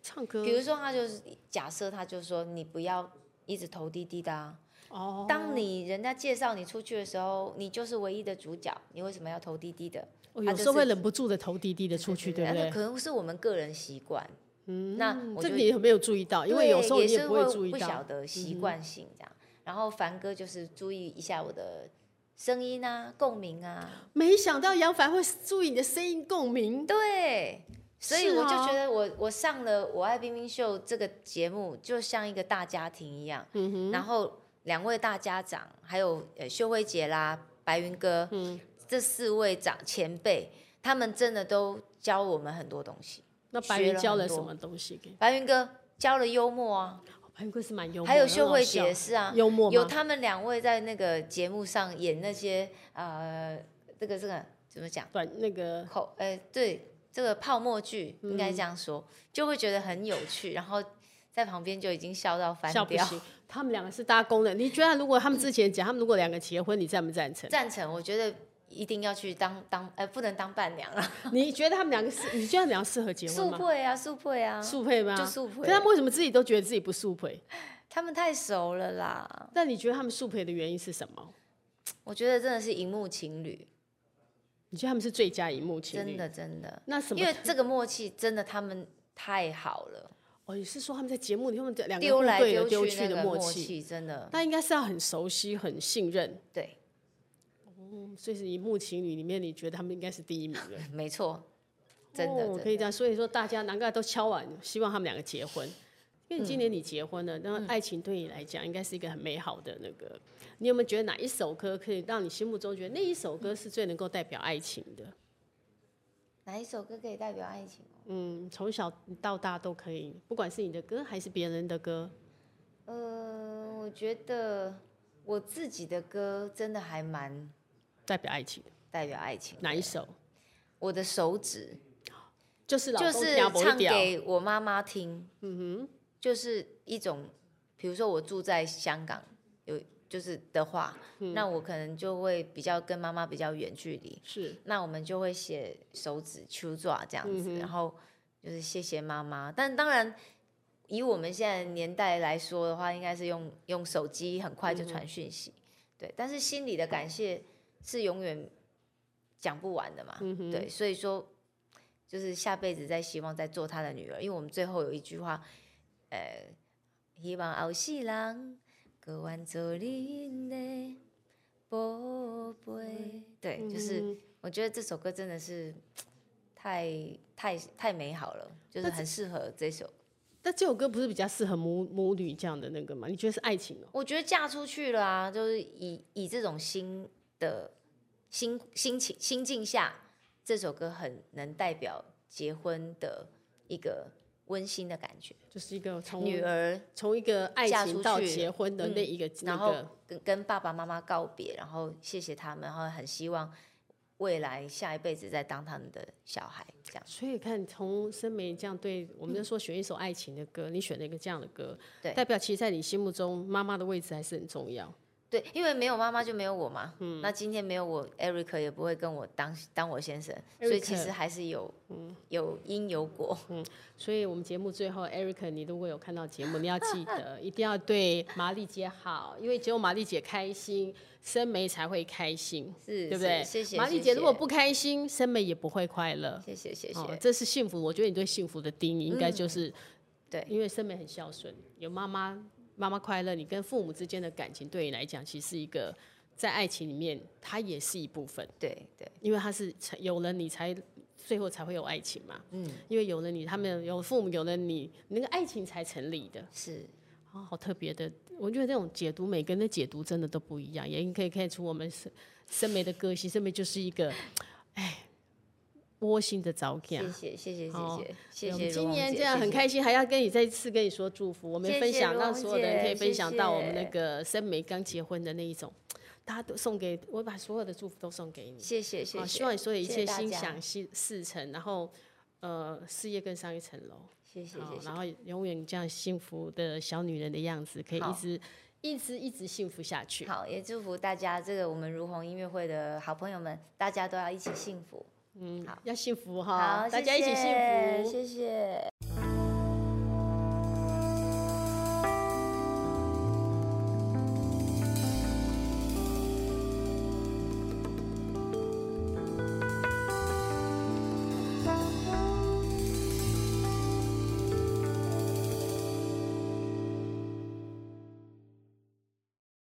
Speaker 2: 唱歌
Speaker 1: 比如说，他就是假设，他就说你不要一直头低低的啊。
Speaker 2: 哦，
Speaker 1: 当你人家介绍你出去的时候，你就是唯一的主角，你为什么要头低低的？
Speaker 2: 我
Speaker 1: 他
Speaker 2: 哦有
Speaker 1: 就
Speaker 2: 时候
Speaker 1: 是
Speaker 2: 会忍不住的头低低的出去，对不
Speaker 1: 那
Speaker 2: 对？
Speaker 1: 可能是我们个人习惯。嗯，那我
Speaker 2: 这
Speaker 1: 就
Speaker 2: 你有没有注意到？因为
Speaker 1: 对
Speaker 2: 有时候
Speaker 1: 也
Speaker 2: 你
Speaker 1: 是
Speaker 2: 不会注意
Speaker 1: 不晓
Speaker 2: 到。嗯
Speaker 1: 得习惯性这样。然后凡哥就是注意一下我的声音啊、共鸣啊，
Speaker 2: 没想到杨凡会注意你的声音共鸣，
Speaker 1: 对。所以
Speaker 2: 是
Speaker 1: 我就
Speaker 2: 哦
Speaker 1: 觉得我我上了《我爱冰冰秀》这个节目，就像一个大家庭一样。
Speaker 2: 嗯哼，
Speaker 1: 然后两位大家长，还有呃秀慧姐啦、白云哥，
Speaker 2: 嗯
Speaker 1: 这四位长前辈，他们真的都教我们很多东西。
Speaker 2: 那白
Speaker 1: 学
Speaker 2: 云
Speaker 1: 了
Speaker 2: 教
Speaker 1: 很
Speaker 2: 了
Speaker 1: 多
Speaker 2: 什么东西给你？哦
Speaker 1: 白云哥教了幽默啊，
Speaker 2: 白云哥是蛮幽默的，
Speaker 1: 还有
Speaker 2: 很
Speaker 1: 秀
Speaker 2: 好
Speaker 1: 慧
Speaker 2: 笑
Speaker 1: 姐是啊，
Speaker 2: 幽默
Speaker 1: 有
Speaker 2: 吗
Speaker 1: 他们两位在那个节目上演那些呃，这个这个怎么讲
Speaker 2: 短 那个
Speaker 1: 口呃对这个泡沫剧应该这样说，
Speaker 2: 嗯
Speaker 1: 就会觉得很有趣，然后在旁边就已经笑到翻
Speaker 2: 笑不
Speaker 1: 掉。
Speaker 2: 行，他们两个是搭公的。你觉得如果他们之前讲，他们如果两个结婚，你赞不赞成？
Speaker 1: 赞成，我觉得一定要去当当呃，不能当伴娘了，
Speaker 2: 你觉得他们两个是？你觉得他们两个适合结婚
Speaker 1: 速
Speaker 2: 吗？
Speaker 1: 配啊，速配啊，
Speaker 2: 速配吗？
Speaker 1: 就速配
Speaker 2: 可他们为什么自己都觉得自己不速配？
Speaker 1: 他们太熟了啦，
Speaker 2: 但你觉得他们速配的原因是什么？
Speaker 1: 我觉得真的是荧幕情侣，
Speaker 2: 你觉得他们是最佳荧幕情侣？
Speaker 1: 真的真的，
Speaker 2: 那什么？
Speaker 1: 因为这个默契真的他们太好了，
Speaker 2: 哦，你是说他们在节目里他们两个
Speaker 1: 丢来
Speaker 2: 互对了
Speaker 1: 丢
Speaker 2: 去
Speaker 1: 那
Speaker 2: 的
Speaker 1: 个
Speaker 2: 默
Speaker 1: 默
Speaker 2: 契？
Speaker 1: 真的
Speaker 2: 那应该是要很熟悉、很信任。
Speaker 1: 对，
Speaker 2: 嗯所以是荧幕情侣里面，你觉得他们应该是第一名了？
Speaker 1: 没错，真的
Speaker 2: 哦、
Speaker 1: 真
Speaker 2: 可以
Speaker 1: 的
Speaker 2: 这样，所以说大家难怪都敲碗，希望他们两个结婚。因为你今年你结婚了，
Speaker 1: 嗯
Speaker 2: 那爱情对你来讲应该是一个很美好的那个。你有没有觉得哪一首歌可以让你心目中觉得那一首歌是最能够代表爱情的？
Speaker 1: 哪一首歌可以代表爱情？
Speaker 2: 嗯，从小到大都可以，不管是你的歌还是别人的歌。
Speaker 1: 呃，我觉得我自己的歌真的还蛮
Speaker 2: 代表爱情的
Speaker 1: 代表爱情，
Speaker 2: 哪一首？
Speaker 1: 我的手指。
Speaker 2: 就是老
Speaker 1: 就
Speaker 2: 公
Speaker 1: 是
Speaker 2: 挑拨
Speaker 1: 唱
Speaker 2: 掉
Speaker 1: 给我妈妈听，嗯哼，就是一种，比如说我住在香港，有就是的话，
Speaker 2: 嗯
Speaker 1: 那我可能就会比较跟妈妈比较远距离，
Speaker 2: 是
Speaker 1: 那我们就会写手指秋爪这样
Speaker 2: 嗯
Speaker 1: 子，然后就是谢谢妈妈，但当然。以我们现在的年代来说的话，应该是用用手机很快就传讯息，对。但是心里的感谢是永远讲不完的嘛，对。所以说，就是下辈子再希望再做他的女儿，因为我们最后有一句话，呃，希望后世人各愿做恁的宝贝。对，就是我觉得这首歌真的是太太太美好了，就是很适合这首。
Speaker 2: 那这首歌不是比较适合母母女这样的那个吗？你觉得是爱情哦、
Speaker 1: 我觉得嫁出去了啊，就是以以这种新的心心情心境下，这首歌很能代表结婚的一个温馨的感觉。
Speaker 2: 就是一个从
Speaker 1: 女儿，
Speaker 2: 从一个爱
Speaker 1: 嫁
Speaker 2: 情
Speaker 1: 出
Speaker 2: 到
Speaker 1: 去
Speaker 2: 结婚的那一个、那
Speaker 1: 嗯然后
Speaker 2: 个
Speaker 1: 跟跟爸爸妈妈告别，然后谢谢他们，然后很希望未来下一辈子再当他们的小孩，这样
Speaker 2: 所以看，从生梅这样对我们就说选一首爱情的歌，你选了一个这样的歌，
Speaker 1: 嗯对
Speaker 2: 代表其实在你心目中妈妈的位置还是很重要。
Speaker 1: 对，因为没有妈妈就没有我嘛。
Speaker 2: 嗯
Speaker 1: 那今天没有我，Eric 也不会跟我当当我先生，所以其
Speaker 2: Eric 嗯
Speaker 1: 实还是有、有因有果。
Speaker 2: 所以我们节目最后，Eric，你如果有看到节目，你要记得一定要对玛丽姐好，因为只有玛丽姐开心，生梅才会开心，
Speaker 1: 是
Speaker 2: 对不
Speaker 1: 是
Speaker 2: 对？
Speaker 1: 谢谢
Speaker 2: 玛丽姐
Speaker 1: 谢谢
Speaker 2: 如果不开心，生梅也不会快乐。
Speaker 1: 谢谢谢谢，嗯
Speaker 2: 哦，这是幸福。我觉得你对幸福的定义应该就是，
Speaker 1: 对
Speaker 2: 因为生美很孝顺，有妈妈妈妈快乐，你跟父母之间的感情对你来讲，其实是一个在爱情里面，它也是一部分，
Speaker 1: 对对，
Speaker 2: 因为它是才有了你才最后才会有爱情嘛。
Speaker 1: 嗯，
Speaker 2: 因为有了你，他们有父母，有了你，那个爱情才成立的。
Speaker 1: 是
Speaker 2: 啊、好特别的，我觉得这种解读，每个人的解读真的都不一样，也可以看出我们生生梅的个性，生梅就是一个，哎，窝心的早感。
Speaker 1: 谢谢谢谢谢
Speaker 2: 好
Speaker 1: 谢
Speaker 2: 我
Speaker 1: 谢
Speaker 2: 们
Speaker 1: 谢，
Speaker 2: 今年这样很开心，还要跟你再一次跟你说祝福，我们也分享
Speaker 1: 谢谢
Speaker 2: 让
Speaker 1: 蓉
Speaker 2: 所有的人可以
Speaker 1: 姐
Speaker 2: 分享
Speaker 1: 谢
Speaker 2: 到我们那
Speaker 1: 谢
Speaker 2: 个生梅刚结婚的那一种，大家都送给我，把所有的祝福都送给你。
Speaker 1: 谢谢谢
Speaker 2: 好，
Speaker 1: 谢，
Speaker 2: 希望你所有一
Speaker 1: 谢
Speaker 2: 切
Speaker 1: 谢大
Speaker 2: 心
Speaker 1: 家
Speaker 2: 想事事成，然后呃事业更上一层楼，
Speaker 1: 谢谢
Speaker 2: 好
Speaker 1: 谢，谢
Speaker 2: 然，后永远这样幸福的小女人的样子，可以一
Speaker 1: 好
Speaker 2: 直一直一直幸福下去。
Speaker 1: 好，也祝福大家这个我们如虹音乐会的好朋友们，大家都要一起幸福，
Speaker 2: 嗯，要幸福哈，
Speaker 1: 好，
Speaker 2: 大
Speaker 1: 谢
Speaker 2: 家一起幸
Speaker 1: 谢
Speaker 2: 福，
Speaker 1: 谢谢。